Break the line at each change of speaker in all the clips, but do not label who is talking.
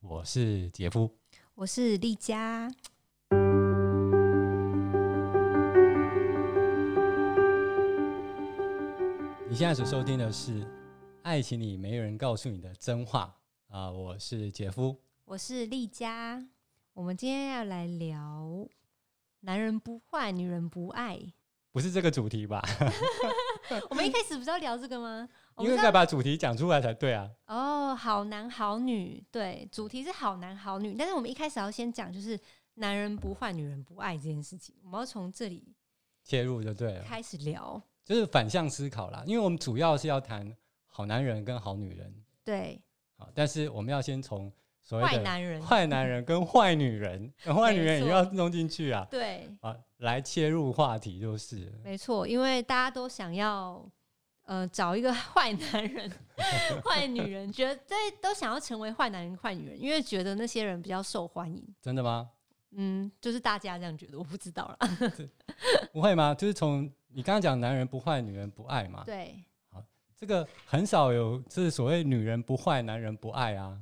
我是杰夫。
我是丽佳。
你现在所收听的是《爱情里没人告诉你的真话》啊、我是杰夫。
我是丽佳，我们今天要来聊男人不坏，女人不爱。
不是这个主题吧？
我们一开始不是要聊这个吗？哦我
因
们
为
是
再
要
把主题讲出来才对啊。
哦，好男好女，对，主题是好男好女，但是我们一开始要先讲就是男人不坏，女人不爱这件事情，我们要从这里
切入就对了，
开始聊。
就是反向思考啦。因为我们主要是要谈好男人跟好女人
对，
啊，但是我们要先从所谓
坏
的
男人，
坏男人跟坏女 人，坏女人也要弄进去啊
对，
啊，来切入话题就是了。
没错，因为大家都想要呃找一个 坏男人、坏女人，觉得对都想要成为坏男人、坏女人，因为觉得那些人比较受欢迎。
真的吗？
嗯，就是大家这样觉得，我不知道啦。
不会吗？就是从你刚刚讲男人不坏，女人不爱嘛，
对，
这个很少有，就是所谓女人不坏，男人不爱啊，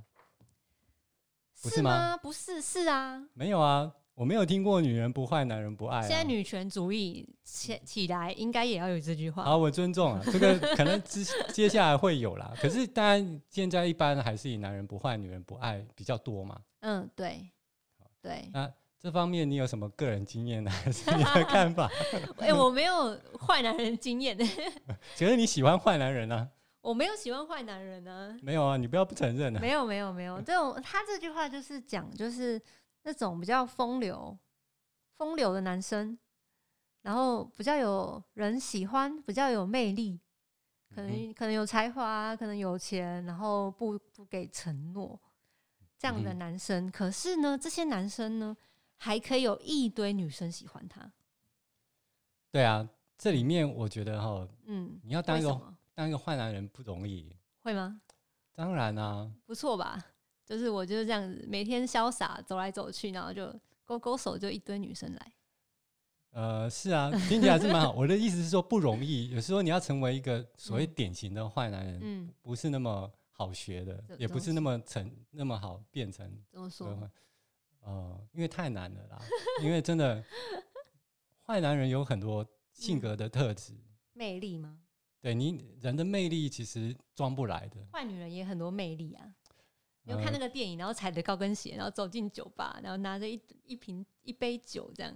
不是
是
吗
吗？不是，是啊。
没有啊，我没有听过女人不坏，男人不爱、啊。
现在女权主义起起来，应该也要有这句话。
嗯好，我尊重啊，这个可能接接下来会有 啦。可是当然，现在一般还是以男人不坏，女人不爱比较多嘛。
嗯，对， 对。
这方面你有什么个人经验呢？还是你的看 法？
哎、我没有坏男人经验，
觉得你喜欢坏男人啊？
我没有喜欢坏男人呢、
没有啊，你不要不承 认啊。
没有没有没有，这种他这句话就是讲，就是那种比较风流、风流的男生，然后比较有人喜欢，比较有魅力，可能、
嗯
可能有才华，可能有钱，然后不不给承诺这样的
嗯哼
男生。可是呢，这些男生呢，还可以有一堆女生喜欢他。
对啊，这里面我觉得哈，
嗯，
你要当
为
一
什
个
么
当一个坏男人不容易。
会吗？
当然啊，
不错吧？就是我就是这样子，每天潇洒走来走去，然后就勾勾手，就一堆女生来。
呃，是啊，听起来是蛮好。我的意思是说不容易， 有时候你要成为一个所谓
嗯
典型的坏男人，
嗯，
不是那么好学的
怎，
也不
怎么
是那么成那么好变成
怎么
所谓
说？
坏。呃，因为太难了啦， 因为真的坏男人有很多性
嗯
格的特质，
魅力吗？
对你人的魅力其实装不来的。
坏女人也很多魅力啊！你就看
呃
那个电影，然后踩着高跟鞋，然后走进酒吧，然后拿着一一瓶一杯酒这样。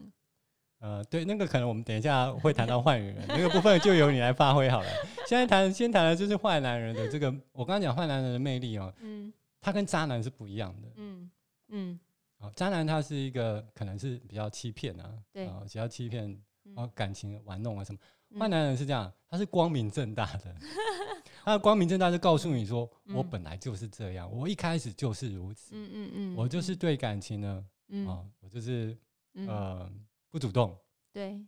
呃，对，那个可能我们等一下会谈到坏女人 那个部分，就由你来发挥好了。现在谈先谈的就是坏男人的这个，我刚刚讲坏男人的魅力哦，
嗯
他跟渣男是不一样的。
嗯嗯
哦，渣男他是一个可能是比较欺骗啊，
对
哦，比较欺骗，然后
嗯，
感情玩弄啊什么。
嗯
坏男人是这样，他是光明正大的， 他的光明正大就告诉你说，我
嗯
本来就是这样，我一开始就是如此，
嗯嗯嗯，
我就是
嗯
对感情呢，
嗯
哦，我就是
嗯，
呃不主动、
对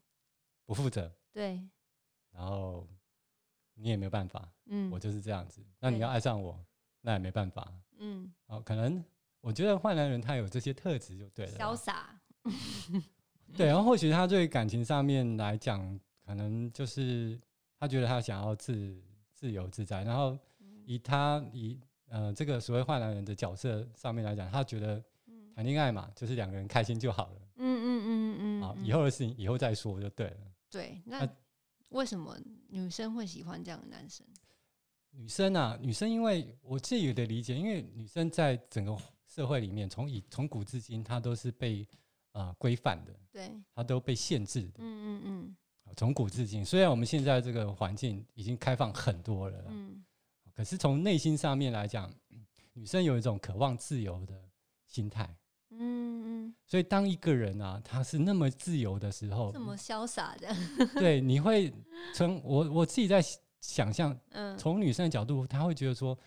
不负责，
对，
然后你也没有办法，
嗯
我就是这样子。那你
对
要爱上我，那也没办法。
嗯
哦，可能我觉得坏男人他有这些特质就对了
潇
啦，
洒，
对，然后或许他对感情上面来讲，可能就是他觉得他想要自自由自在，然后
嗯
以他以呃这个所谓坏男人的角色上面来讲，他觉得
嗯
谈恋爱嘛，就是两个人开心就好了，
嗯嗯嗯
啊、
嗯，
以后的事情以后再说就对了。
对那
啊。
为什么女生会喜欢这样的男生？
女生啊，女生因为我自己的理解，因为女生在整个社会里面，从以从古至今，她都是被呃规范的，
对，
她都被限制的。
嗯嗯
从古至今，虽然我们现在这个环境已经开放很多了啦，
嗯嗯，
可是从内心上面来讲，女生有一种渴望自由的心态。
嗯
所以，当一个人啊，他是那么自由的时
嗯，
候
这，么潇洒的，
对，你会从我我自己在想象，
嗯，
从女生的角度，她会觉得说，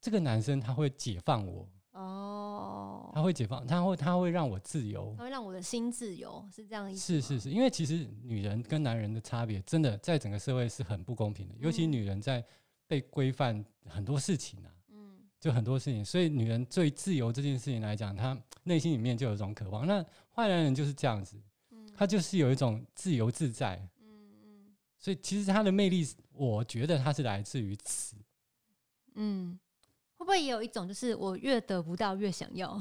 这个男生他会解放我，
哦，
他会解放，他会他会让我自由
它。会让我的心自由，是这样意思
是是
吗？
是，因为其实女人跟男人的差别，真的在整个社会是很不公平的，尤其
嗯
女人在被规范很多事情啊，
嗯
就很多事情，所以女人对自由这件事情来讲，她内心里面就有一种渴望。那坏男人就是这样子，
嗯，
他就是有一种自由自在，
嗯
所以其实他的魅力是，我觉得他是来自于此。
嗯嗯，会不会也有一种就是我越得不到越想要，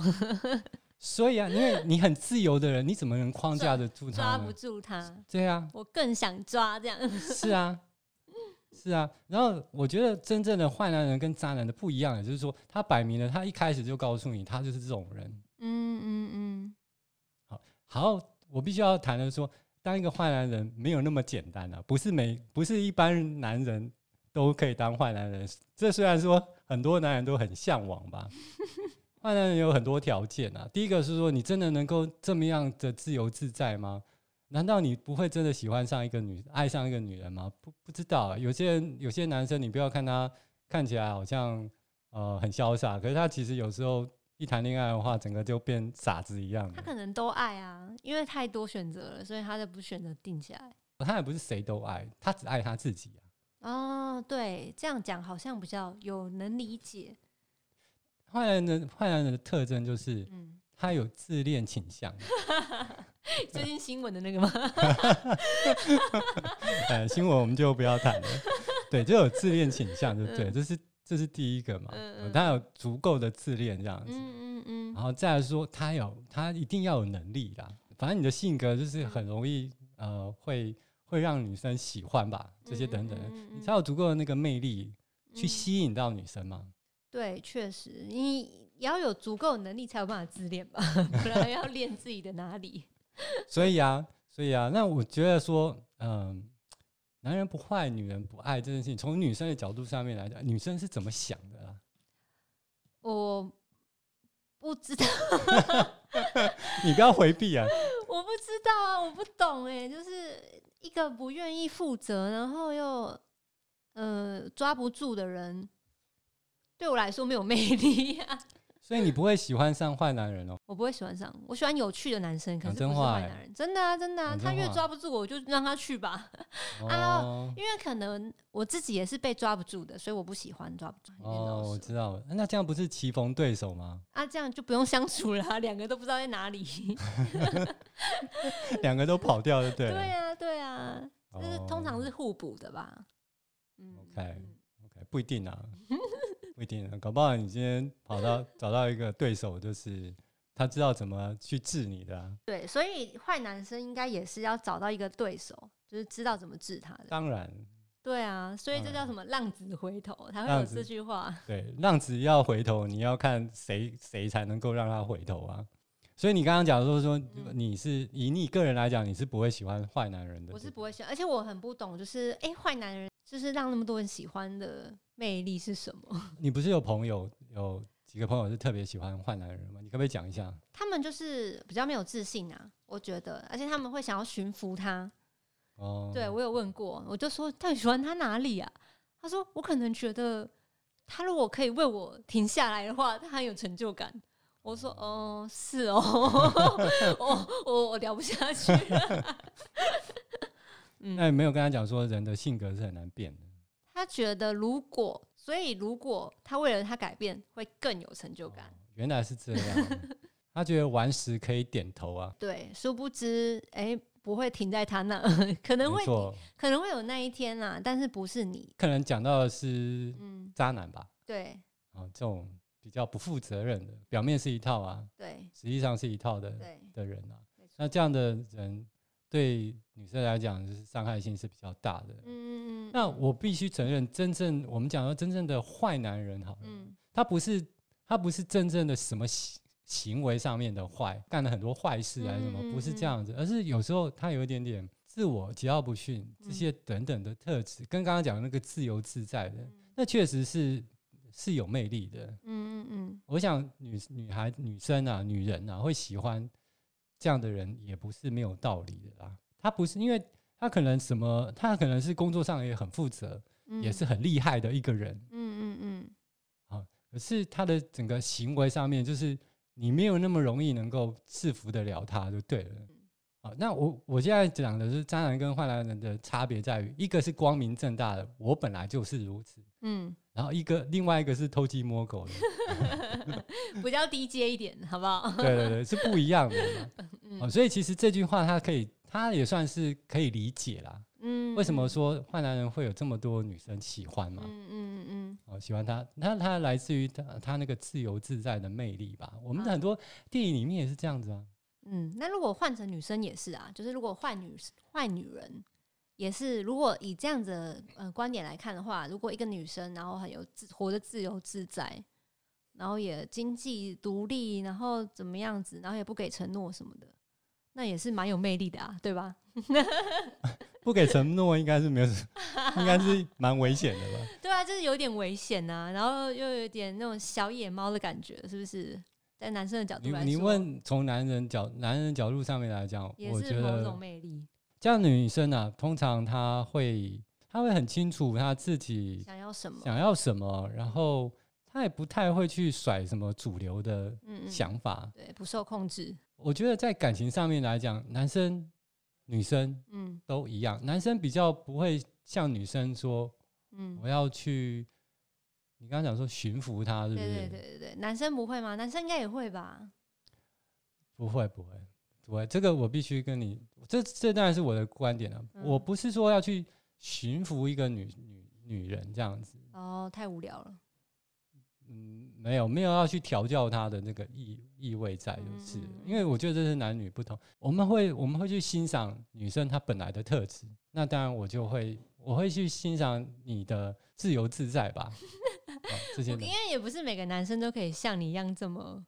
所以啊，因为你很自由的人，你怎么能框架得住
抓
他
不
呢？
住它，
对 啊，
我更想抓这样。
是啊，是啊。然后我觉得真正的坏男人跟渣男的不一样，也就是说，他摆明了，他一开始就告诉你，他就是这种人。
嗯嗯嗯，
好，我必须要谈的说，当一个坏男人没有那么简单啊，不是每不是一般男人都可以当坏男人。这虽然说很多男人都很向往吧，坏男人有很多条件啊。第一个是说，你真的能够这么样的自由自在吗？难道你不会真的喜欢上一个女，爱上一个女人吗？不不知道、啊，有些人有些男生，你不要看他看起来好像呃很潇洒，可是他其实有时候一谈恋爱的话，整个就变傻子一样的
他。可能都爱啊，因为太多选择了，所以他就不选择定下来。
他也不是谁都爱，他只爱他自己啊。
哦，对，这样讲好像比较有能理解。
坏男人，坏男人的特征就是
嗯，
他有自恋倾向，
最近新闻的那个吗？
呃，新闻我们就不要谈了。对，就有自恋倾向，对不对？
嗯
这是这是第一个嘛，
嗯
呃
嗯
他有足够的自恋这样子，
嗯嗯
然
嗯，
后再来说他有他一定要有能力啦。反正你的性格就是很
嗯
容易呃会会让女生喜欢吧，这些等等的，你才有足够的那个魅力去
嗯。
吸引到女生嘛。
对，确实，你也要有足够的能力才有办法自 恋吧，不然要练自己的哪里？
所以啊，所以啊，那我觉得说，嗯、男人不坏，女人不爱这件事情，从女生的角度上面来讲，女生是怎么想的啊啦？
我不知道，
你不要回避啊！
我不知道啊，我不懂哎，就是一个不愿意负责，然后又呃抓不住的人，对我来说没有魅力啊，
所以你不会喜欢上坏男人哦。
我不会喜欢上，我喜欢有趣的男生，可
讲
是
真
不是
话
坏
欸
男人，真的啊，真的啊，
讲
他
真
越
话
抓不住我，我就让他去吧， 啊
哦，
因为可能我自己也是被抓不住的，所以我不喜欢抓不住。
哦，我
这
知道了。那这样不是棋逢对手 吗？
啊，这样就不用相处了啊、两个都不知道在哪里。
两个都跑掉，对 不对？
对啊，对啊，
哦，
就是通常是互补的吧。嗯
OK 不一定啊，不一定啊，搞不好你今天跑到找到一个对手，就是他知道怎么去治你的、啊。
对，所以坏男生应该也是要找到一个对手，就是知道怎么治他的。
当然，
对啊，所以这叫
嗯
什么浪子回头，才会
浪
有
子
这句话。
对，浪子要回头，你要看谁谁才能够让他回头啊。所以你刚刚讲说说
嗯
你是以你个人来讲，你是不会喜欢坏男人的，
我是
对
不会喜欢，而且我很不懂，就是哎，诶坏、男人就是让那么多人喜欢的魅力是什么？
你不是有朋友有几个朋友是特别喜欢坏男人吗？你可不可以讲一下？
他们就是比较没有自信啊，我觉得，而且他们会想要驯服他。
哦，
对我有问过，我就说到底喜欢他哪里啊？他说我可能觉得他如果可以为我停下来的话，他很有成就感。我说哦，是哦， 我我我聊不下去 了。
那
嗯，
你没有跟他讲说人的性格是很难变的，
他觉得如果，所以如果他为了他改变，会更有成就感。
哦原来是这 样。啊他觉得顽石可以点头啊，
对，殊不知，哎、不会停在他那， 可能
没
会
错，
可能会有那一天啦，但是不是你？
可能讲到的是
嗯，
渣男吧，
对
啊、这种比较不负责任的，表面是一套啊，
对
实际上是一套的
对，
的人啊。
没错。
那这样的人对女生来讲，就是伤害性是比较大的。
嗯嗯嗯，
那
嗯
我必须承认，真正我们讲到真正的坏男人，好了，
嗯
他不是他不是真正的什么行行为上面的坏，干了很多坏事还是什么，
嗯嗯
不是
嗯
这样子，而是有时候他有一点点自我桀骜不驯这
嗯
些等等的特质，跟刚刚讲的那个自由自在的，那确实是是有魅力的。
嗯嗯嗯，
我想女女孩、女生啊、女人啊，会喜欢这样的人，也不是没有道理的啦。他不是因为他可能什么，他可能是工作上也很负责，
嗯
也是，很厉害的一个人，
嗯嗯嗯，
可是他的整个行为上面，就是你没有那么容易能够制服得了他，就对了。好，那我我现在讲的是渣男跟坏男人的差别在于，一个是光明正大的，我本来就是如此，
嗯
然后一个另外一个是偷鸡摸狗的，
嗯，比较低阶一点，好不好？
对对对，是不一样的嘛。
嗯
哦，所以其实这句话他可以，他也算是可以理解啦。
嗯，
为什么说坏男人会有这么多女生喜欢嘛？
嗯嗯嗯
哦，喜欢他，那他来自于他他那个自由自在的魅力吧。我们的
啊
很多电影里面也是这样子啊。
嗯，那如果换成女生也是啊，就是如果换女换女人也是，如果以这样子的呃观点来看的话，如果一个女生然后很有自活得自由自在，然后也经济独立，然后怎么样子，然后也不给承诺什么的，那也是蛮有魅力的啊，对吧？
不给承诺应该是没有什， 应该是蛮危险的吧？
对啊，就是有点危险呐、然后又有点那种小野猫的感觉，是不是？在男生的角度
你
来说，
你问从男人角男人角度上面来讲，
也
我
是
觉
某种
得
魅力，
这样的女生啊，通常她会她会很清楚她自己
想要什么？
想要什么，然后她也不太会去甩什么主流的
嗯嗯，
想法。
对，不受控制，
我觉得在感情上面来讲，男生女生
嗯
都一样，男生比较不会像女生说
嗯，
我要去，你刚刚讲说驯服她，是
对
不是？
对对对对，男生不会吗？男生应该也会吧？
不会，不会，不会。这个我必须跟你，这这当然是我的观点了、我
嗯
不是说要去驯服一个女女女人这样子，
哦，太无聊了，
嗯，没有没有要去调教她的那个意意味在，就是、
嗯嗯嗯
因为我觉得这是男女不同。我们会我们会去欣赏女生她本来的特质，那当然我就会我会去欣赏你的自由自在 吧。啊这些
我
的
因为也不是每个男生都可以像你一样这么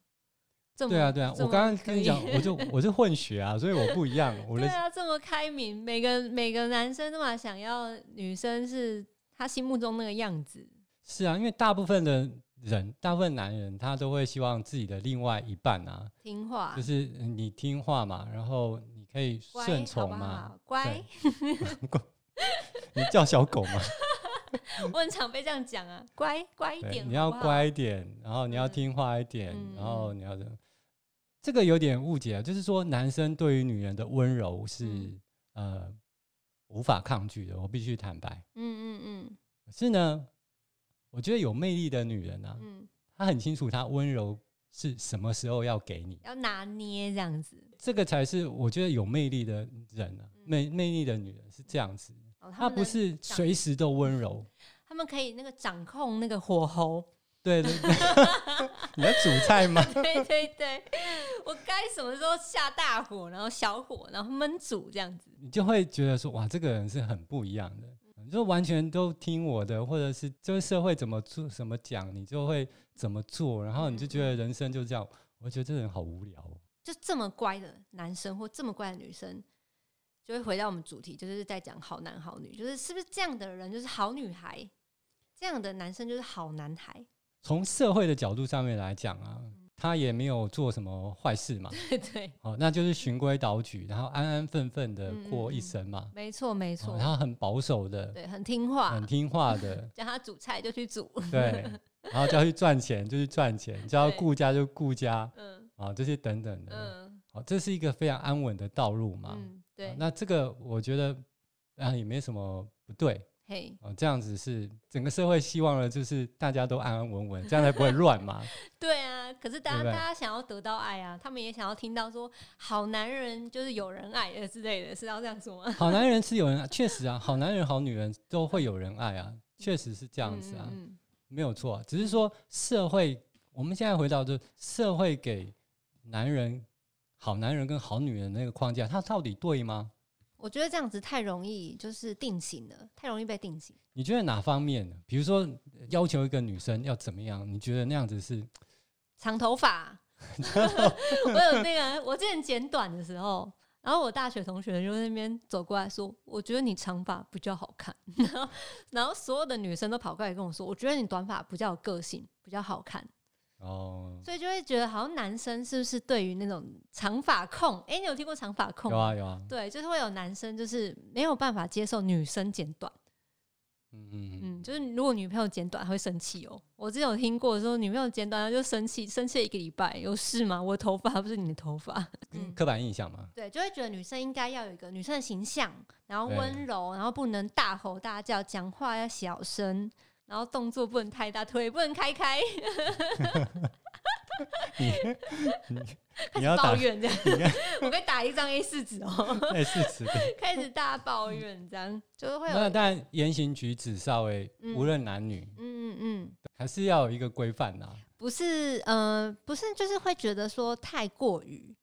这么
对啊对啊，
这
我
么
刚刚
可
跟你
以
讲，我就我是混血啊，所以我不一 样，我
对
的
啊，这么开明，每个每个男生都嘛想要女生是他心目中那个样子，
是啊，因为大部分的人，大部分男人他都会希望自己的另外一半啊，
听话
就，是嗯你听话嘛，然后你可以
乖
顺从
好不
嘛，
好？乖
对， 你叫小狗嘛，
我很常被这样讲啊，乖乖一
对，
点，
你要
好不好，
乖一点，然后你要
嗯
听话一点，然后
嗯
你要怎么？这个有点误解啊，就是说男生对于女人的温柔是、
嗯
呃无法抗拒的，我必须坦白。
嗯嗯
可是呢，我觉得有魅力的女人啊
嗯，嗯，
她很清楚她温柔是什么时候要给你。
要拿捏这样子，
这个才是我觉得有魅力的人啊，魅魅力的女人是这样子，
哦，
她
嗯们
不
能
是随时都温柔。
他们可以那个掌控那个火候，
对对 对，你要煮菜吗？
对对对，我该什么时候下大火，然后小火，然后焖煮这样子。
你就会觉得说，哇，这个人是很不一样的，你就完全都听我的，或者是就是社会怎么做怎么讲，你就会怎么做，然后你就觉得人生就这样。我觉得这人好无聊、哦。
就这么乖的男生或这么乖的女生，就会回到我们主题，就是在讲好男好女，就是是不是这样的人就是好女孩，这样的男生就是好男孩。
从社会的角度上面来讲啊，
嗯
他也没有做什么坏事嘛，
对对，
哦，那就是循规蹈矩，然后安安分分的
嗯嗯
过一
嗯
生嘛。
没错没
哦
错，
他很保守的，
对，很听话，
很，听话的
叫他煮菜就去煮。
对，然后叫他去赚钱就去赚钱，叫他
对
顾家就顾家
嗯
啊，这些等等的，
嗯
好，这是一个非常安稳的道路嘛。
嗯，
啊
对，
那这个我觉得啊也没什么不对
嘿，
啊，这样子是整个社会希望的就是大家都安安稳稳，这样才不会乱 嘛。
对啊。可是
对
大家
不对
大家想要得到爱啊，他们也想要听到说好男人就是有人爱的之类的，是要这样说吗？
好男人是有人，确实啊，好男人、好女人都会有人爱啊，确实是这
这
样子啊。
嗯
没有错啊，只是说社会，我们现在回到就是社会给男人好男人跟好女人那个框架，它到底对吗？
我觉得这样子太容易就是定型了，太容易被定型。
你觉得哪方面呢？比如说呃要求一个女生要怎么样？你觉得那样子是
长头发， 我有那个，我之前剪短的时候，然后我大学同学就在那边走过来说，我觉得你长发比较好看， 然后然后所有的女生都跑过来跟我说，我觉得你短发比较有个性，比较好看，
哦，
所以就会觉得好像男生是不是对于那种长发控？哎、你有听过长发控？
有啊有啊，
对，就是会有男生就是没有办法接受女生剪短。
嗯嗯嗯，
嗯，就是如果女朋友剪短，她会生气哦。我之前有听过说，女朋友剪短她就生气，生气了一个礼拜，有事吗？我的头发不是你的头发，嗯
跟刻板印象嘛，
对，就会觉得女生应该要有一个女生的形象，然后
对
温柔，然后不能大吼大叫，讲话要小声，然后动作不能太大，腿不能开开。
你你
开
你
始
要打
抱怨这样
你要，
我被打一张 A 四纸哦，
哎是是 的。
开始大抱怨 这样，就是会有，
那
嗯
但言行举止稍微，
嗯
无论男女，
嗯嗯，
还是要有一个规范呐。
不是，呃，不是，就是会觉得说太过于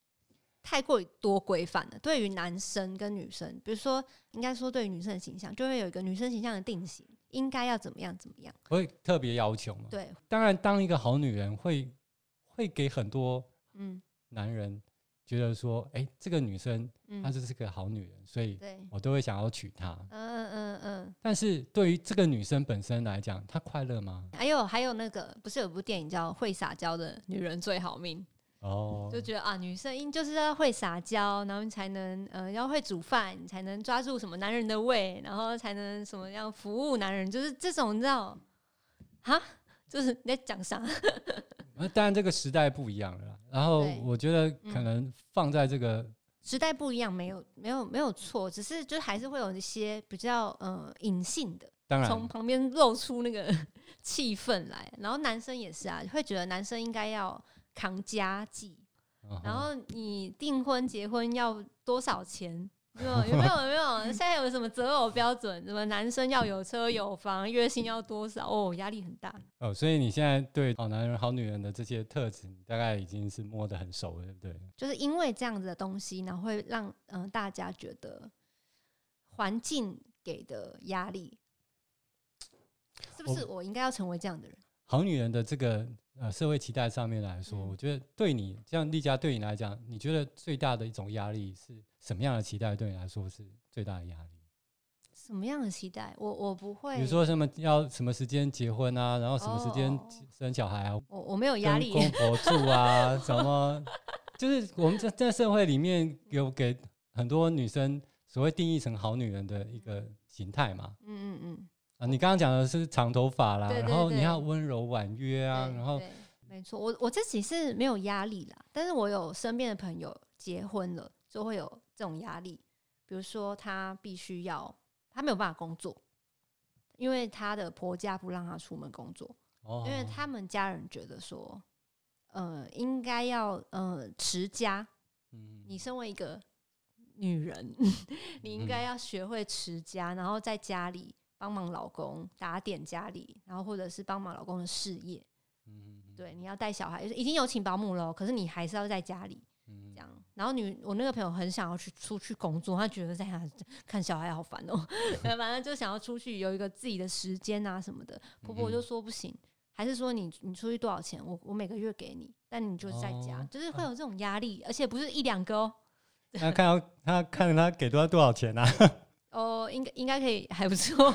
太过于多规范了。对于男生跟女生，比如说，应该说对于女生的形象，就会有一个女生形象的定型，应该要怎么样怎么样。
会特别要求嘛。
对，
当然，当一个好女人会会给很多
嗯
男人觉得说，哎、这个女生她
嗯，
就是个好女人，所以
对，
我都会想要娶她。
嗯嗯嗯嗯。
但是对于这个女生本身来讲，她快乐吗？
还有还有那个，不是有部电影叫《会撒娇的女人最好命》，
哦
就，觉得啊，女生应就是要会撒娇，然后你才能呃要会煮饭，你才能抓住什么男人的胃，然后才能什么样服务男人，就是这种你知道啊，就是你在讲啥？
那当然这个时代不一样了啦。然后
对
我觉得可
嗯
能放在这个，
时代不一样，没有没有没有错，只是就还是会有一些比较呃隐性的，
当
从
然
旁边露出那个 气氛来。然后男生也是啊，会觉得男生应该要扛家计，
嗯哼，
然后你订婚结婚要多少钱？有没有有没有有没 有？现在有什么择偶标准？什么男生要有车有房，月薪要多少？哦，压力很大。
哦，所以你现在对好男人、好女人的这些特质，你大概已经是摸得很熟了，对不对？
就是因为这样子的东西，然后会让嗯、呃大家觉得环境给的压力，是不是
哦
我应该要成为这样的人？
好女人的这个呃社会期待上面来说，
嗯
我觉得对你像丽佳对你来讲，你觉得最大的一种压力是什么样的期待对你来说是最大的压力？
什么样的期待？我我不会，
比如说什么要什么时间结婚啊，然后什么时间
哦
生小孩啊，
我我没有压
跟
力，
公婆住啊， 什么就是我们在在社会里面有给很多女生所谓定义成好女人的一个形态嘛。
嗯嗯嗯，
啊，你刚刚讲的是长头发啦，
对对
然后你
对
要温柔婉约啊，
对
然后
对没错，我我自己是没有压力啦，但是我有身边的朋友结婚了，就会有这种压力，比如说她必须要，她没有办法工作，因为她的婆家不让她出门工作，
哦
因为他们家人觉得说，呃，应该要呃持家。
嗯
你身为一个女人， 你应
嗯
该要学会持家，然后在家里帮忙老公打点家里，然后或者是帮忙老公的事业。
嗯嗯
对，你要带小孩，已经有请保姆了，哦可是你还是要在家里
嗯
这样。然后女，我那个朋友很想要去出去工作，她觉得在家看小孩好烦哦、 对反正就想要出去有一个自己的时间啊什么的。婆婆就
嗯
说不行，还是说你你出去多少钱，我我每个月给你，但你就在家，
哦
就是会有这种压力，而且不是一两个哦、
那看到他看他给多多少钱啊？
哦，应该应该可以，还不错，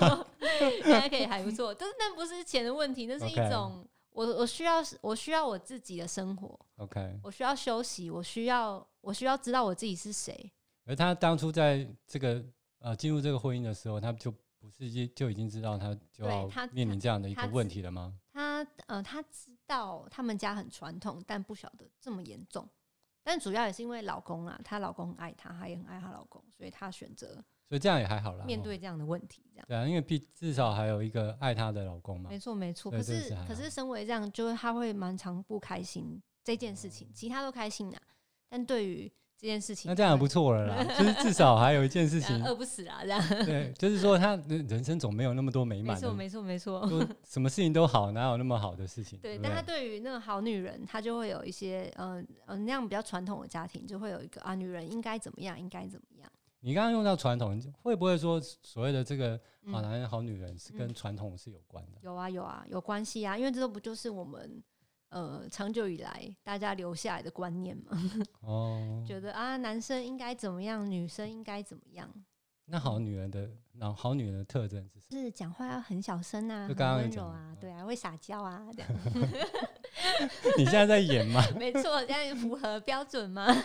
应该可以还不错。但是那不是钱的问题，那是
OK
一种我我需要我需要我自己的生活，
OK，
我需要休息，我需要我需要知道我自己是谁。
而他当初在这个呃进入这个婚姻的时候，他就不是就就已经知道他就
对
要
他
面临这样的一
他
个
自
问题了吗？
他呃，他知道他们家很传统，但不晓得这么严重。但主要也是因为老公啊，她老公很爱她，她也很爱她老公，所以她选择
所以这样也还好啦。
面
哦
对这样的问题，这样。
对啊，因为毕至少还有一个爱她的老公嘛
没。错，没错。
对
可
这
是
是还，
可是，
好
身为这样，就是他会蛮常不开心这件事情，其他都开心啊。但对于这件事情，
哦那这样也不错了啦，就是至少还有一件事
对啊，
情，
饿不死啊，这样。
对，就是说他人人生总没有那么多美
没
满
错，
的，
没错，没错。
都什么事情都好，哪有那么好的事情？
对，
不
但他对于那个好女人，他就会有一些，呃呃，那样比较传统的家庭，就会有一个啊，女人应该怎么样，应该怎么样。
你刚刚用到传统，会不会说所谓的这个好
嗯
男人、好女人是跟
嗯
传统是有关的？
有啊，有啊，有关系啊，因为这不就是我们呃长久以来大家留下来的观念嘛？
嗯哦，
觉得啊，男生应该怎么样，女生应该怎么样，
那好
嗯
女人的，那好女人的特征是什
就是讲话要很小声啊，
就
很
刚刚有
温
讲
柔
的
啊
嗯，
对啊，会撒娇啊，这样
么？ 你现在在演吗？
没错，这样符合标准吗？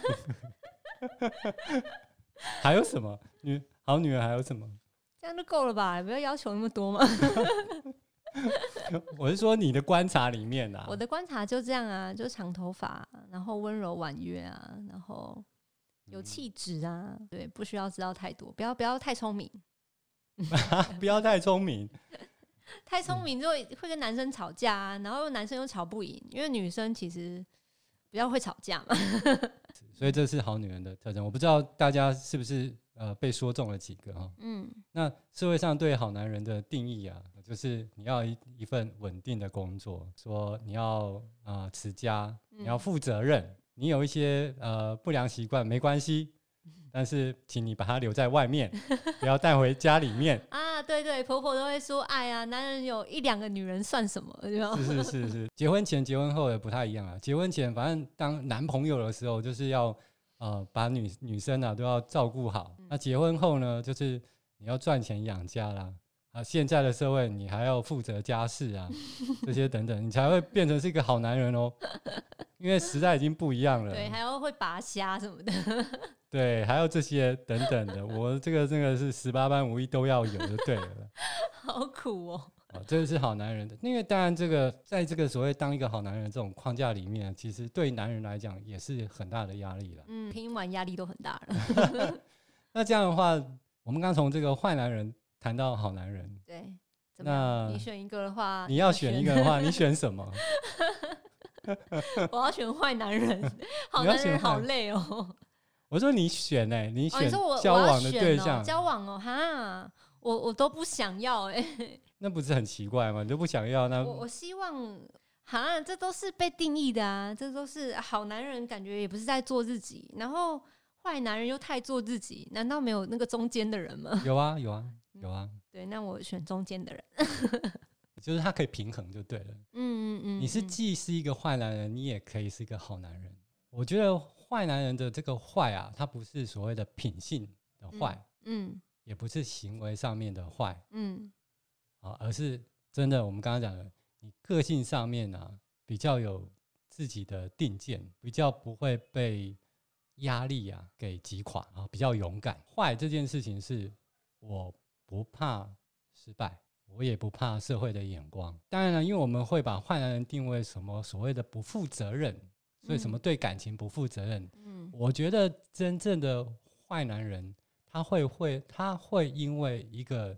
还有什么女好女人还有什么？
这样就够了吧？不要要求那么多嘛。
我是说你的观察里面啊，
我的观察就这样啊，就长头发，然后温柔婉约啊，然后有
嗯
气质啊，对，不需要知道太多，不要不要太聪明，
不要太聪明。
太聪明就
嗯
会跟男生吵架、啊，然后男生又吵不赢，因为女生其实比较会吵架嘛。
所以这是好女人的特征。我不知道大家是不是呃被说中了几个哈、
嗯，
那社会上对好男人的定义啊，就是你要一一份稳定的工作，说你要呃持家，
嗯
你要负责任，你有一些呃不良习惯没关系，但是请你把它留在外面，不要带回家里面。
啊，对对，婆婆都会说，哎呀，男人有一两个女人算什么？对 吧？
是是是是，结婚前结婚后也不太一样啊。结婚前反正当男朋友的时候，就是要呃把女女生啊都要照顾好。
嗯
那结婚后呢，就是你要赚钱养家啦。啊，现在的社会你还要负责家事 啊，这些等等，你才会变成是一个好男人哦。因为时代已经不一样了，
对，还要会拔虾什么的。
对，还有这些等等的，我这个这个是十八般武艺都要有就对了。
好苦哦。
啊，这个是好男人的，因为当然这个在这个所谓当一个好男人这种框架里面，其实对男人来讲也是很大的压力了。
嗯，听完压力都很大了。
那这样的话，我们刚从这个坏男人谈到好男人，
对，怎么样？
那
啊你选一个的话，
你要选一个的话，你选什么？
选，我要选坏男 人。好
你要
男
选
人
坏
好累哦。
我说你选哎、你
哦，你
选
说我
交
我要
往的对
选哦，
象，
交往哦，哈，我我都不想要哎、
那不是很奇怪吗？你都不想要，那
我我希望。哈，这都是被定义的啊，这都是好男人，感觉也不是在做自己，然后坏男人又太做自己，难道没有那个中间的人吗？
有啊有啊
嗯
有啊，
对，那我选中间的人。
就是他可以平衡就对了。
嗯嗯嗯，
你是
嗯
既是一个坏男人，你也可以是一个好男人。我觉得坏男人的这个坏啊，他不是所谓的品性的坏，
嗯
也不是行为上面的坏
嗯
啊，而是真的我们刚刚讲的，你个性上面啊比较有自己的定见，比较不会被压力啊给击垮啊，比较勇敢。坏这件事情是我不怕失败。我也不怕社会的眼光，当然了，因为我们会把坏男人定位什么所谓的不负责任，所以什么
嗯
对感情不负责任，
嗯
我觉得真正的坏男人，他会会他会因为一个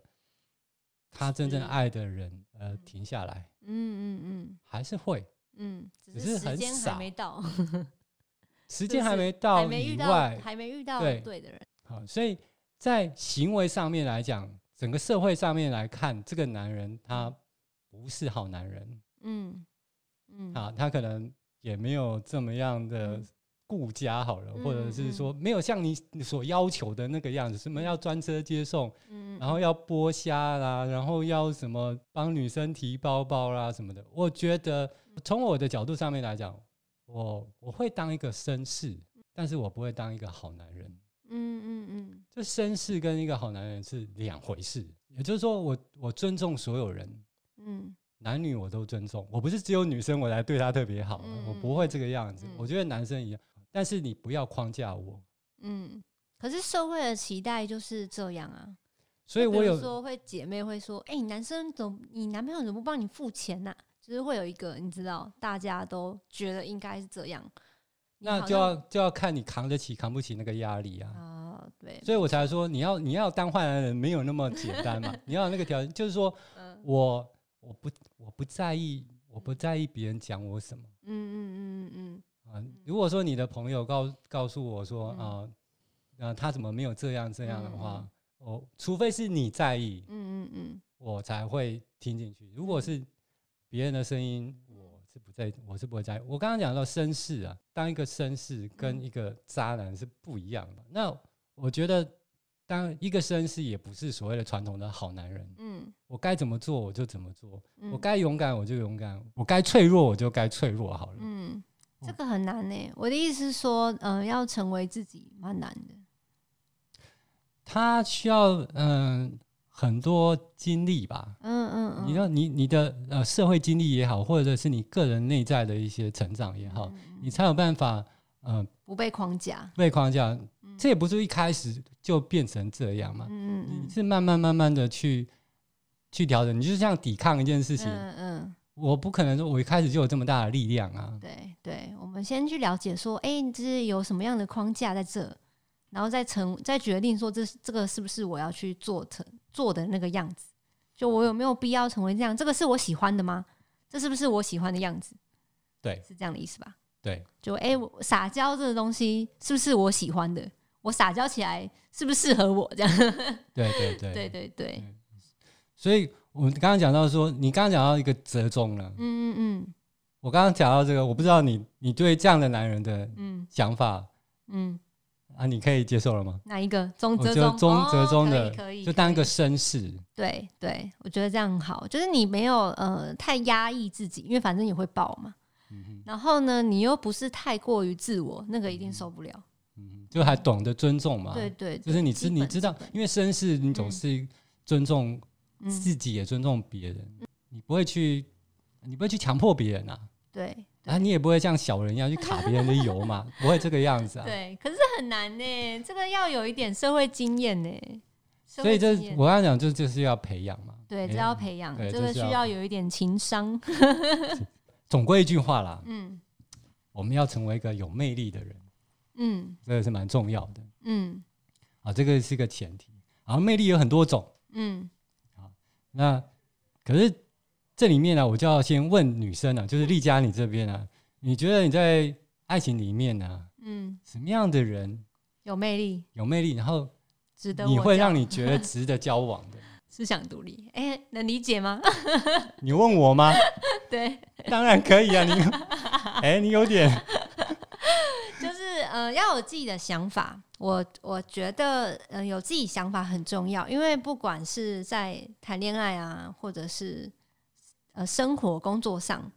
他真正
是
爱的人而
嗯
停下来，
嗯嗯嗯
还是会
嗯，只
只
是
是
时
很
间还
少
没到，
时
就
间还
是
没
还
到
没遇
以
到，
外，
还没遇到
对
对的人。
好，所以在行为上面来讲，整个社会上面来看，这个男人他不是好男人
嗯嗯，
啊，他可能也没有这么样的
嗯。
顾家好了，或者
嗯嗯
是
嗯
说没有像你你所要求的那个样子，什么要专车接送，
嗯，嗯
然后要剥虾啦，然后要什么帮女生提包包啦什么的。我觉得从我的角度上面来讲，我我会当一个绅士，但是我不会当一个好男人。
嗯嗯嗯
这绅士跟一个好男人是两回事。也就是说我，我尊重所有人，
嗯
男女我都尊重。我不是只有女生我来对她特别好啊，
嗯
我不会这个样子。
嗯
我觉得男生一样，但是你不要框架我。
嗯。可是社会的期待就是这样啊，
所以
就比
我
如
有
说会姐妹会说，哎、你男生怎么，你男朋友怎么不帮你付钱呐、就是会有一个你知道，大家都觉得应该是这样，你
那
好
就
像
要就要看你扛得起扛不起那个压力啊。
啊、对，
所以我才说你要你要当坏男人没有那么简单 嘛，你要有那个条件，就是说
嗯
我我不我不在意我不在意别人讲我什么
嗯嗯嗯嗯
啊。如果说你的朋友告告诉我说
嗯
啊，那他怎么没有这样这样的话
嗯，
我除非是你在意，
嗯嗯嗯
我才会听进去。如果是别人的声音，我是不在我是不会在意。我刚刚讲到绅士啊，当一个绅士跟
嗯
一个渣男是不一样的。那我觉得，当一个绅士也不是所谓的传统的好男人，
嗯
我该怎么做我就怎么做，
嗯，
我该勇敢我就勇敢，我该脆弱我就该脆弱好了。
嗯，这
嗯
个很难呢、欸我的意思是说，嗯、要成为自己蛮难的。
他需要嗯、很多经历吧，
嗯嗯嗯，
你要你你的呃社会经历也好，或者是你个人内在的一些成长也好，你才有办法呃
嗯不被框架。
被框架。这也不是一开始就变成这样嘛，
嗯嗯
你
嗯，
是慢慢慢慢的去去调整。你就像抵抗一件事情，
嗯嗯，
我不可能说我一开始就有这么大的力量啊。
对对，我们先去了解说，哎、这是有什么样的框架在这，然后再成再决定说这是这个是不是我要去做成做的那个样子。就我有没有必要成为这样？这个是我喜欢的吗？这是不是我喜欢的样子？
对
是这样的意思吧？
对，
就哎、我撒娇这个东西是不是我喜欢的？我撒娇起来是不是适合我？这样，
对对对
对对对，
所以我们刚刚讲到说，你刚刚讲到一个折中了。
嗯嗯
我刚刚讲到这个，我不知道你你对这样的男人的
嗯
想法
嗯嗯，
啊，你可以接受了吗？
哪一个？中
我
折
就
中，
中
哦
折中
可以
的
可以
就当一
可
个
以
绅士，
对对，我觉得这样很好，就是你没有呃太压抑自己，因为反正也会爆嘛。
嗯哼
然后呢，你又不是太过于自我，那个一定受不了。
嗯哼，就还懂得尊重嘛。
对，对，
就是你
基
知你
本
知
基
道
本，
因为绅士你总
嗯
是尊重
嗯，
自己，也尊重别人，你不会去你不会去强迫别人啊，
对
啊，
对
你也不会像小人一样去卡别人的油嘛， 不会这个样 子啊。
对，可是很难呢，这个要有一点社会经验呢。社
所以
会
这
经验
我刚刚讲，就就是要培养嘛。哎
对
培
这
养
要培养，
对
这
这
个
是
需
要
要有一点情商。
总归一句话啦，
嗯
我们要成为一个有魅力的人，
嗯
这个是蛮重要的
嗯
啊，这个是个前提。然后魅力有很多种，
嗯
那可是这里面呢、啊我就要先问女生啊，就是丽佳你这边啊，你觉得你在爱情里面呢、啊
嗯，
什么样的人
有魅力，
有魅力，然后
值得
你
我
会
交
让你觉得值得交往的？
思想独立。哎，能理解吗？
你问我吗？
对。
当然可以啊，你哎、你有点
就是呃，要有自己的想法。我我觉得，嗯、有自己想法很重要，因为不管是在谈恋爱啊，或者是呃生活、工作上，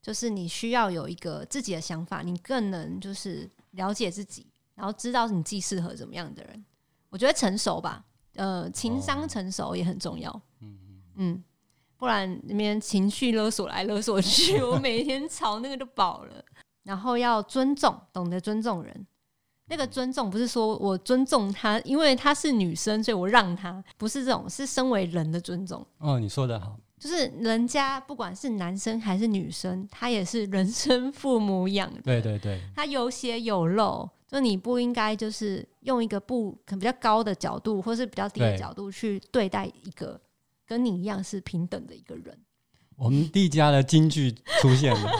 就是你需要有一个自己的想法，你更能就是了解自己，然后知道你自己适合怎么样的人。我觉得成熟吧，呃，情
哦
商成熟也很重要。
嗯
嗯，不然那边情绪勒索来勒索 去，我每天吵那个就饱了。然后要尊重，懂得尊重人。那个尊重不是说我尊重她，因为她是女生，所以我让她，不是这种，是身为人的尊重。
哦，你说的好，
就是人家不管是男生还是女生，他也是人生父母养的，
对对对，
他有血有肉，就你不应该就是用一个不可能比较高的角度，或是比较低的
对
角度去对待一个跟你一样是平等的一个人。
我们丽佳的金句出现了，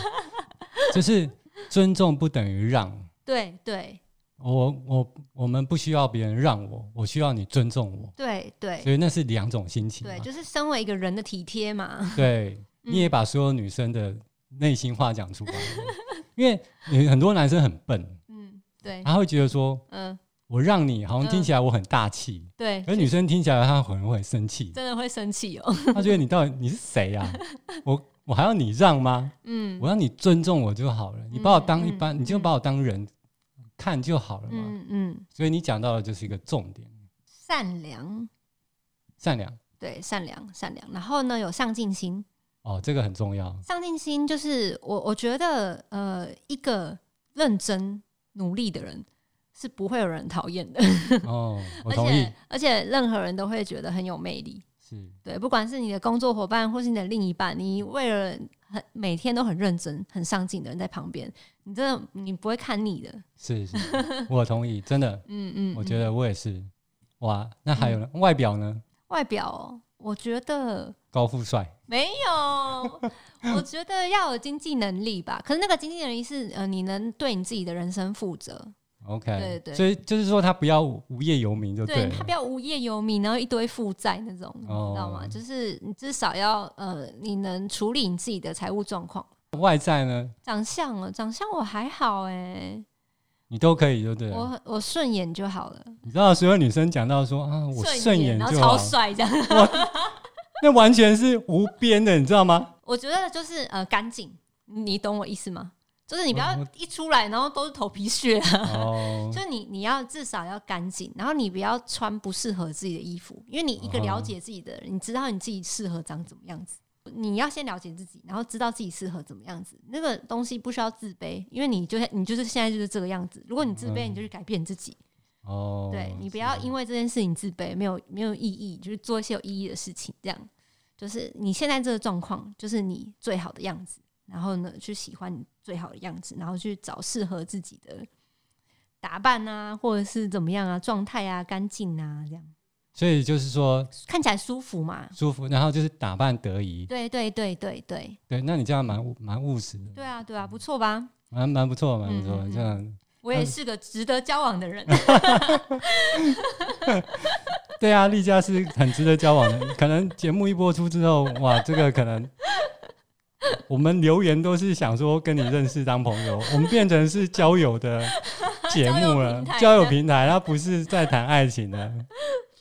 就是尊重不等于让。
对对
我我我们不需要别人让我，我需要你尊重我，
对对
所以啊那是两种心情嘛。
对，就是身为一个人的体贴嘛。
对，
嗯
你也把所有女生的内心话讲出来了，因为有很多男生很笨，
嗯，对，
他会觉得说
嗯，
我让你好像听起来我很大气，
对
可，是女生听起来她可能会很生气，
真的会生气哦。
她觉得你到底你是谁呀、我我还要你让吗？
嗯
我要你尊重我就好了，你把我当一般，
嗯
你就
嗯
把我当人看就好了嘛。
嗯嗯，
所以你讲到的就是一个重点，
善良，
善良
对，善良善良。然后呢，有上进心，
哦，这个很重 要。
上进心就是我我觉得呃，一个认真努力的人是不会有人讨厌的，
哦，我
而
同意
且，而且任何人都会觉得很有魅力。
是
对，不管是你的工作伙伴或是你的另一半，你为了很每天都很认真、很上进的人在旁边，你真的你不会看腻的。
是是，是我同意，真的，
嗯嗯，
我
嗯
觉得我也是。哇，那还有呢？外表呢？
外表哦、我觉得
高富帅，
没有， 我觉得要有经济能力吧。可是那个经济能力是呃，你能对你自己的人生负责，
OK，
对对
所以就是说他不要无业游民就
对
了
他不要无业游民，然后一堆负债那种，你知道
哦
吗？就是你至少要呃，你能处理你自己的财务状况。
外在呢，
长相哦，长相我还好哎、
你都可以，就对啊
我
了。
很我顺眼就好了。
你知道，所有女生讲到说啊，我顺眼
然后
就
超
好，
帅这样。
那完全是无边的，你知道 吗？
我觉得就是呃干净，你懂我意思吗？就是你不要
我我
一出来，然后都是头皮屑 啊。
哦，
就是你你要至少要干净，然后你不要穿不适合自己的衣服，因为你一个
哦
了解自己的人，你知道你自己适合长怎么样子。你要先了解自己，然后知道自己适合怎么样子。那个东西不需要自卑，因为你就是你就是现在就是这个样子。如果你自卑，
嗯
你就去改变自己。
哦，
对你不要因
为
为这件事情自卑，没有没有意义，就是做一些有意义的事情。这样就是你现在这个状况，就是你最好的样子。然后呢，去喜欢你最好的样子，然后去找适合自己的打扮啊，或者是怎么样啊，状态啊，干净啊，这样。
所以就是说
看起来舒服嘛。
舒服，然后就是打扮得宜。
对对对对对
对，那你这样蛮务蛮务实的，
对啊对啊，不错吧？
蛮蛮不错，蛮不错。
嗯嗯嗯
这样
我也是个值得交往的人。，
对啊，丽佳是很值得交往的。可能节目一播出之后，哇，这个可能我们留言都是想说跟你认识当朋友，我们变成是交友的节目了
交
交友
友平
平台，它不是在谈爱情的。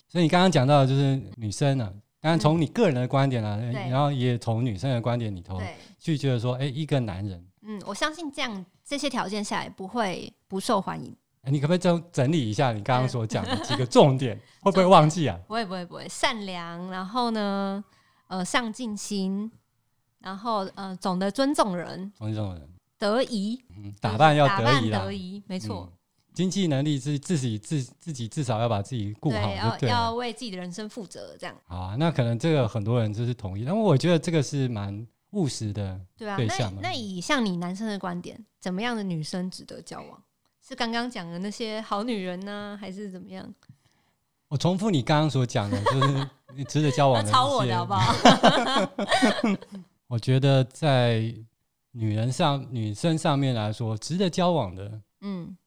所以你刚刚讲到的就是女生啊，当然从你个人的观点啊，
对
然后也从女生的观点里头
对，
去觉得说，哎、一个男人，
嗯，我相信这样这些条件下来不会不受欢迎。
哎你可不可以整整理一下你刚刚所讲的几个重点？ 会不会忘记啊？
不会不会不会，善良，然后呢，呃，上进心，然后呃，懂得尊重人，
从这种人，
得宜，
嗯，打扮要
打
得
扮
宜啦
得，宜，没错
嗯，经济能力自自己自自己至少要把自己顾好
对，
就
要
对
要
了。
为自己的人生负责，这样
好啊，那可能这个很多人就是同意，但我觉得这个是蛮务实的。
对啊。
对
那
象嘛
那以像你男生的观点，怎么样的女生值得交往？是刚刚讲的那些好女人呢、还是怎么样？
我重复你刚刚所讲的，就是你值得交
他
往的。
抄我的好 不？好？
我觉得在女人上、女生上面来说，值得交往的，
嗯，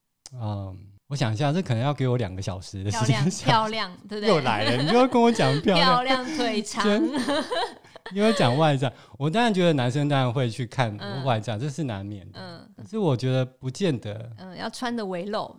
嗯，我想一下，这可能要给我两个小时的
漂
时间
亮
想。
漂亮，对不对？
又来了，你就要跟我讲漂亮。
漂亮腿长，
真因为讲外在，我当然觉得男生当然会去看
嗯
外在，这是难免的。
嗯
可是我觉得不见得
嗯，要穿的围露，，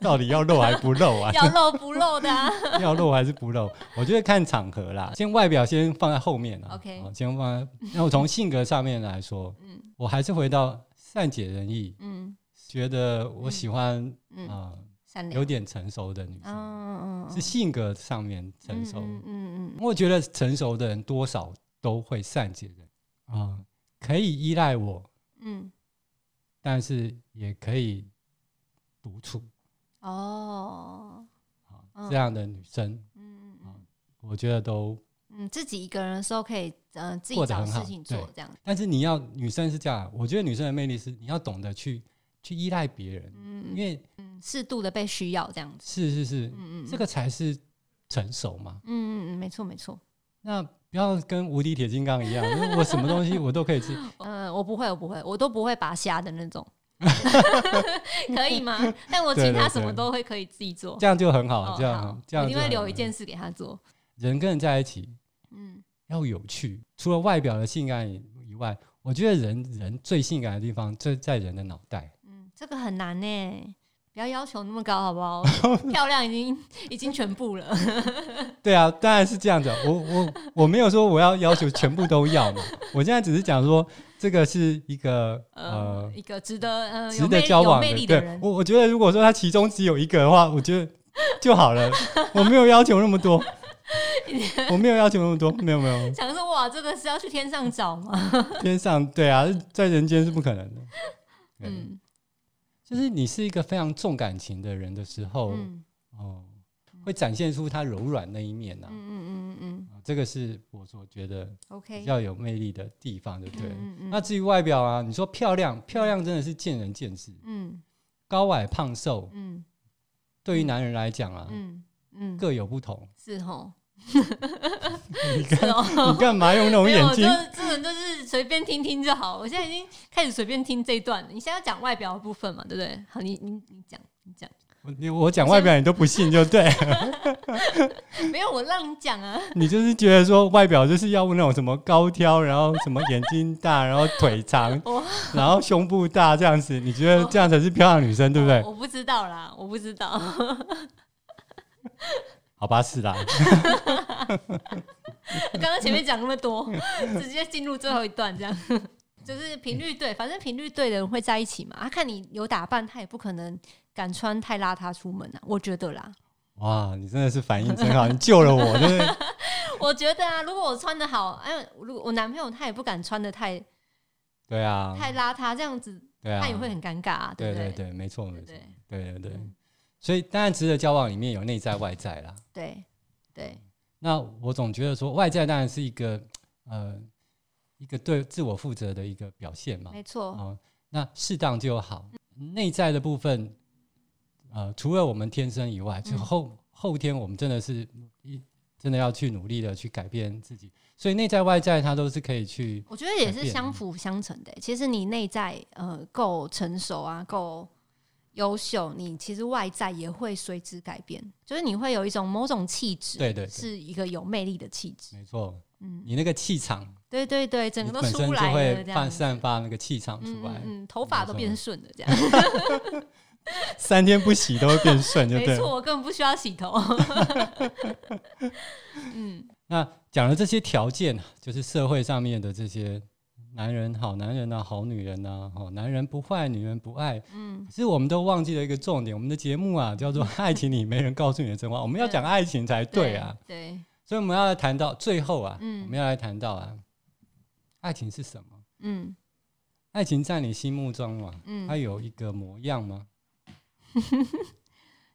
到底要露还不露啊
要露不露的、啊。
要露还是不露？我觉得看场合啦，先外表先放在后面啊。
OK
哦先放在。那我从性格上面来说，
嗯
我还是回到善解人意，
嗯
觉得我喜欢
嗯，
啊、呃
善良，
有点成熟的女生，
嗯嗯嗯，
是性格上面成熟。
嗯嗯嗯
我觉得成熟的人多少都会善解人意啊、可以依赖我，
嗯，
但是也可以独处
嗯哦，
啊
嗯，
这样的女生，
嗯嗯
啊我觉得都。
嗯，自己一个人的时候可以，嗯，自己
过得
找
很
事
好
情
对
做这样，
但是你要女生是这样，我觉得女生的魅力是你要懂得去去依赖别人，
嗯，
因为
嗯适度的被需要这样子，
是是是，
嗯嗯，
这个，才是成熟嘛。
嗯嗯嗯，没错没错，
那不要跟无敌铁金刚一样，就是我什么东西我都可以 吃，
嗯，我不会我不会，我都不会拔虾的那种。 可以吗？但我
对
请
对
他什么
对
都会可以自己做。
这样就很
哦
好，这样
好
这样
我一
就
定会
很
留
好
一件事给他做。
人跟人在一起
嗯
要有趣，除了外表的性感以以外，我觉得人人最性感的地方就在人的脑袋。
嗯，这个很难呢，不要要求那么高好 不好？漂亮已经已经全部了。
对啊，当然是这样子。我我我没有说我要要求全部都要嘛，我现在只是讲说这个是一个
呃
呃，
一个值得呃
值得交往
有魅力
的。
的
对
人，
我我觉得如果说他其中只有一个的话，我觉得就好了，我没有要求那么 多，我没有要求那么多，没有没有，
想说哇，这个是要去天上找吗？
天上对啊，在人间是不可能的。嗯，
嗯
就是你是一个非常重感情的人的时候，
嗯
哦，会展现出他柔软那一面呐、
嗯嗯嗯嗯
啊这个是我所觉得比
，OK，
较有魅力的地方，对不对？
嗯嗯
那至于外表啊，你说漂亮，漂亮真的是见仁见智，
嗯
高矮胖瘦
嗯
对于男人来讲啊，
嗯嗯，
各有不同。
是吼，
你
是
干
哦。
你干嘛用那种
没有，
眼
我就
睛？
这种就是随便听听就好。我现在已经开始随便听这一段了。你现在要讲外表的部分嘛，对不对？好，你你你讲，你讲。
我你我讲外表你都不信，就对
没有，我让你讲啊。
你就是觉得说外表就是要那种什么高挑，然后什么眼睛大，然后腿 长
我，
然后胸部大这样子，你觉得这样才是漂亮女生，对不对？
我不知道啦，我不知道。
好吧，是啦，
刚刚前面讲那么多， 直接进入最后一段，这样 就是频率对，反正频率对的人会在一起嘛。他、看你有打扮，他也不可能敢穿太邋遢出门啊，我觉得啦，
哇，你真的是反应真好，你救了我，真 的。
我觉得啊，如果我穿的好，哎，如果我男朋友他也不敢穿的太
对啊，
太邋遢，这样子
对啊，
他也会很尴尬啊，
对
不
对
对？
对，没错没错
对，
对对对
嗯。
所以当然，值得交往里面有内在外在啦。
对对
那我总觉得说，外在当然是一个呃一个对自我负责的一个表现嘛。
没错，
哦，那适当就好。内在的部分，呃，除了我们天生以外，之
嗯
后后天我们真的是一真的要去努力的去改变自己，所以内在外在它都是可以去
我觉得也
改
是
变
相
嗯
辅相成的欸、其实你内在呃够成熟啊，够优秀，你其实外在也会随之改变，就是你会有一种某种气质，
对对对
是一个有魅力的气质。
没错，
嗯，
你那个气场，
对对对，整
你
个都
本身
出
就
来了，
会
这
放
样子
散发那个气场出
嗯
来嗯
嗯，嗯，头发
没
都
错
变顺了，这样
三天不洗都会变顺，就
没
对了。
错，我根本不需要洗 头。嗯，
那讲了这些条件，啊就是社会上面的这些男人好男人啊，好女人啊，好男人不坏，女人不爱。
嗯
可是我们都忘记了一个重点，我们的节目啊叫做《爱情里没人告诉你的 真话》，我们要讲爱情才对啊。，
对，
所以我们要来谈到最后啊，
嗯
我们要来谈到啊，爱情是什么？
嗯
爱情在你心目中啊，
嗯
它，有一个模样吗？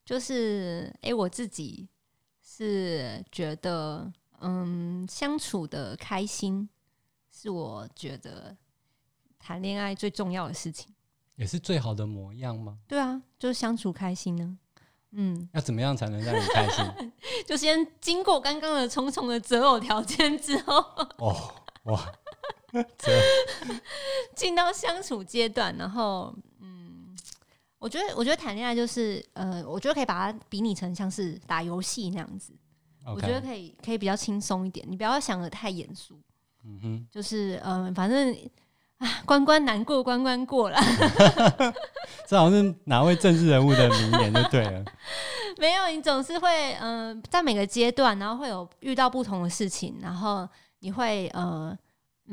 就是诶，我自己是觉得，嗯，相处的开心是我觉得谈恋爱最重要的事情。
也是最好的模样吗？
对啊，就是相处开心呢、嗯，
要怎么样才能让你开心？
就先经过刚刚的重重的择偶条件之后，
哦，哇，这
进到相处阶段，然后嗯，我觉得我觉得谈恋爱就是呃，我觉得可以把它比拟成像是打游戏那样子，我觉得
OK，
可以可以比较轻松一点，你不要想的太严肃，
嗯哼，
就是嗯、呃反正啊，关关难过关关过了，
这好像是哪位政治人物的名言就对了。
没有，你总是会嗯、呃在每个阶段，然后会有遇到不同的事情，然后你会呃。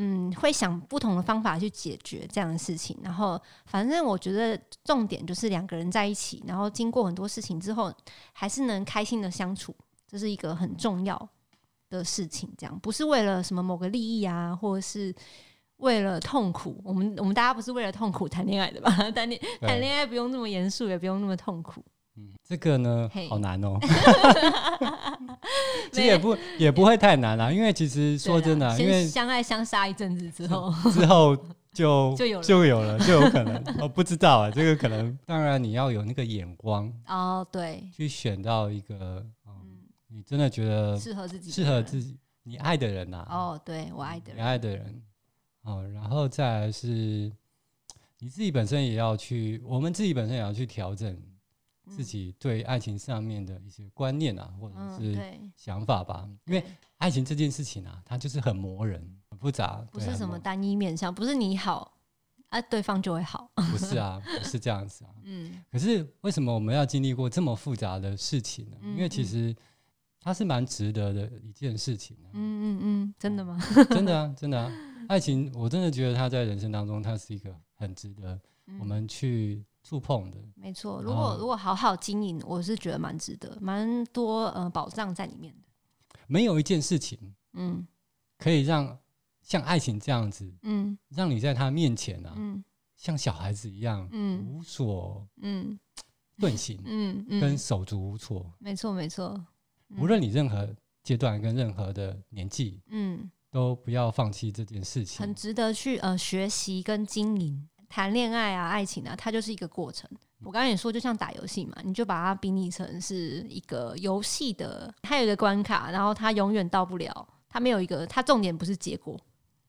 嗯，会想不同的方法去解决这样的事情，然后反正我觉得重点就是两个人在一起，然后经过很多事情之后，还是能开心的相处，这是一个很重要的事情。这样不是为了什么某个利益啊，或者是为了痛苦。我们我们大家不是为了痛苦谈恋爱的吧？ 谈恋
对
谈恋爱不用这么严肃，也不用那么痛苦。
嗯，这个呢
嘿，
好难 哦。其实也不也不会太难啦，因为其实说真的啊，
对
因
啦
为
先相爱相杀一阵子之后，
之后 就
就有了
就有了，就有可能。我不知道啊，这个可能当然你要有那个眼光
哦，对，
去选到一个，嗯，
嗯，
你真的觉得
适合自己，
适合自己、你爱的人啊呐、
己。哦，对我爱的
你
人，
爱的人。哦，然后再来是你自己本身也要去，我们自己本身也要去调整
嗯
自己对爱情上面的一些观念啊，或者
嗯，
是
对，
想法吧。因为爱情这件事情啊，它就是很磨人，很复杂，
不
对啊
是
很
什么
磨
单一面向，不是你好啊，对方就会好。
不是啊，不是这样子啊。
嗯
可是为什么我们要经历过这么复杂的事情呢？
嗯
因为其
嗯
实它是蛮值得的一件事情、啊
嗯。 嗯嗯，真的吗？
真的啊，真的啊，爱情，我真的觉得它在人生当中，它是一个很值得
嗯
我们去触碰的。
没错，如果
哦
如果好好经营，我是觉得蛮值得，蛮多呃保障在里面的。
没有一件事情
嗯
可以让像爱情这样子，
嗯
让你在他面前啊，
嗯
像小孩子一样
嗯
无所
嗯
遁形，
嗯
跟
嗯，
手足无措。
没错没错。
无论你任何阶段跟任何的年纪，
嗯。嗯
都不要放弃这件事
很
情。
值得去呃学习跟经营。谈恋爱啊，爱情啊，它就是一个过程。我刚刚也说，就像打游戏嘛，你就把它比拟成是一个游戏的，它有一个关卡，然后它永远到不了，它没有一个，它重点不是结果。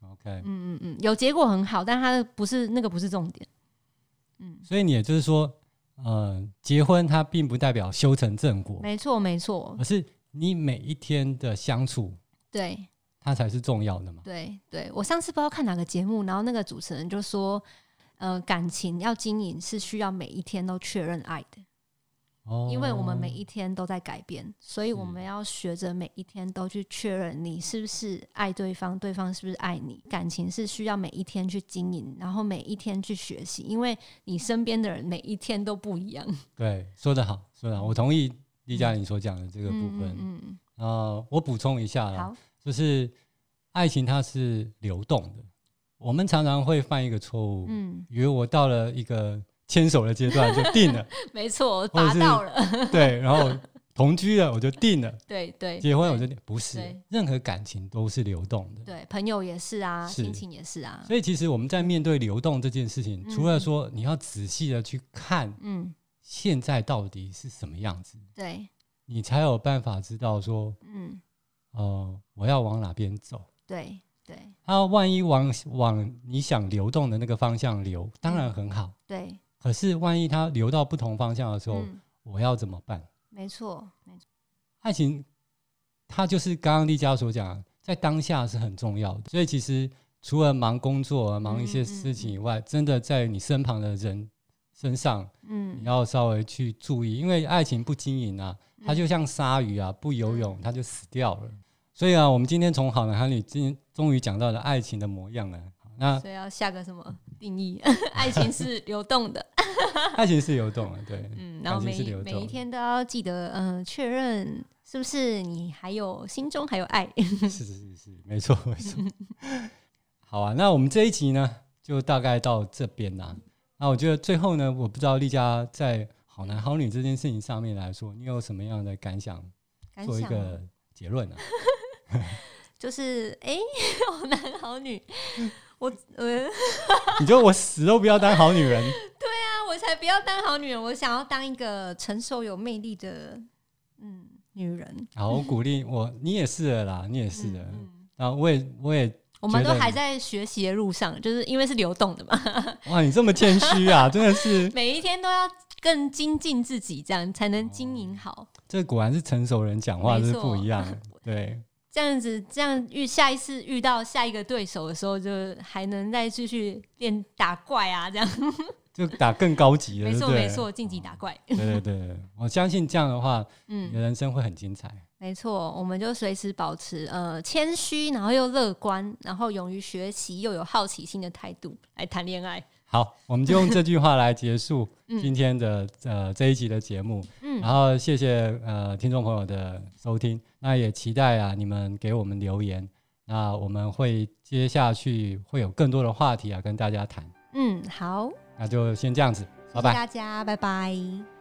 OK，
嗯嗯嗯，有结果很好，但它不是那个不是重点。嗯，
所以你也就是说，呃，结婚它并不代表修成正果，
没错没错，
而是你每一天的相处，
对
它才是重要的嘛。
对对。我上次不知道看哪个节目，然后那个主持人就说，呃，感情要经营是需要每一天都确认爱的。
哦
因为我们每一天都在改变，所以我
是
们要学着每一天都去确认你是不是爱对方，对方是不是爱你。感情是需要每一天去经营，然后每一天去学习，因为你身边的人每一天都不一样。
对说得好，说得好，我同意丽佳你所讲的这个部分。啊，
嗯，嗯
我补充一下
嗯
啦，
好，
就是爱情它是流动的，我们常常会犯一个错误，
嗯，
以为我到了一个牵手的阶段就定 了，
没错，
或者
达
是
到了，
对，然后同居了我就定了。
对对，
结婚我
对
就定不是
对，
任何感情都是流动的。
对朋友也是啊，
是
亲情也是啊，
所以其实我们在面对流动这件事情，
嗯
除了说你要仔细的去看
嗯，
现在到底是什么样子，
对，
你才有办法知道说，
嗯，
呃，我要往哪边走。
对对
他万一往往你想流动的那个方向流，当然很好。
对，
可是万一它流到不同方向的时候，
嗯，
我要怎么办？
没错没错，
爱情，它就是刚刚丽佳所讲，在当下是很重要的。所以其实除了忙工作、忙一些事情以外，真的在你身旁的人身上，你
嗯，
要稍微去注意，因为爱情不经营啊，它就像鲨鱼啊，不游
嗯
泳它就死掉了。所以啊，我们今天从好男孩里今终于讲到了爱情的模样 了。好那
所以要下个什么定义？ 爱情是流动的，
爱情是流动的，啊对，
嗯，然后
感
每
情是流
每
动
一
的
天都要记得，嗯，确认是不是你还有心中还有爱。
是是是是，没错没错。好啊，那我们这一集呢，就大概到这边啦、那我觉得最后呢，我不知道丽佳在好男好女这件事情上面来说，你有什么样的感想？
感
做一
想啊哦
个结论啊呢、
就是，哎、 好男好女，我呃，
你就我死都不要当好女人，
那我才不要当好女人，我想要当一个成熟有魅力的嗯女人。
好，我鼓励我，你也是的啦，你也是的。
嗯嗯
然后我也我也
我们
觉
都
得
还在学习的路上，就是因为是流动的嘛，
哇，你这么谦虚啊，真的是，
每一天都要更精进自己，这样才能经营
哦
好。
这果然是成熟人讲话
没
就是
错
不一样 的。对，
这样子，这样遇下一次遇到下一个对手的时候，就还能再继续练打怪啊，这样
就打更高级的，
没
对
错
不对
没错，晋级打怪。
对对对，对我相信这样的话，你的
嗯，
人生会很精彩。
没错，我们就随时保持呃谦虚，然后又乐观，然后勇于学习，又有好奇心的态度来谈恋爱。
好，我们就用这句话来结束
嗯
今天的呃这一集的节目。
嗯
然后谢谢呃听众朋友的收听，那也期待啊你们给我们留言，那我们会接下去会有更多的话题啊跟大家谈，
嗯，好，
那就先这样子，拜
谢谢
拜。
大家，拜拜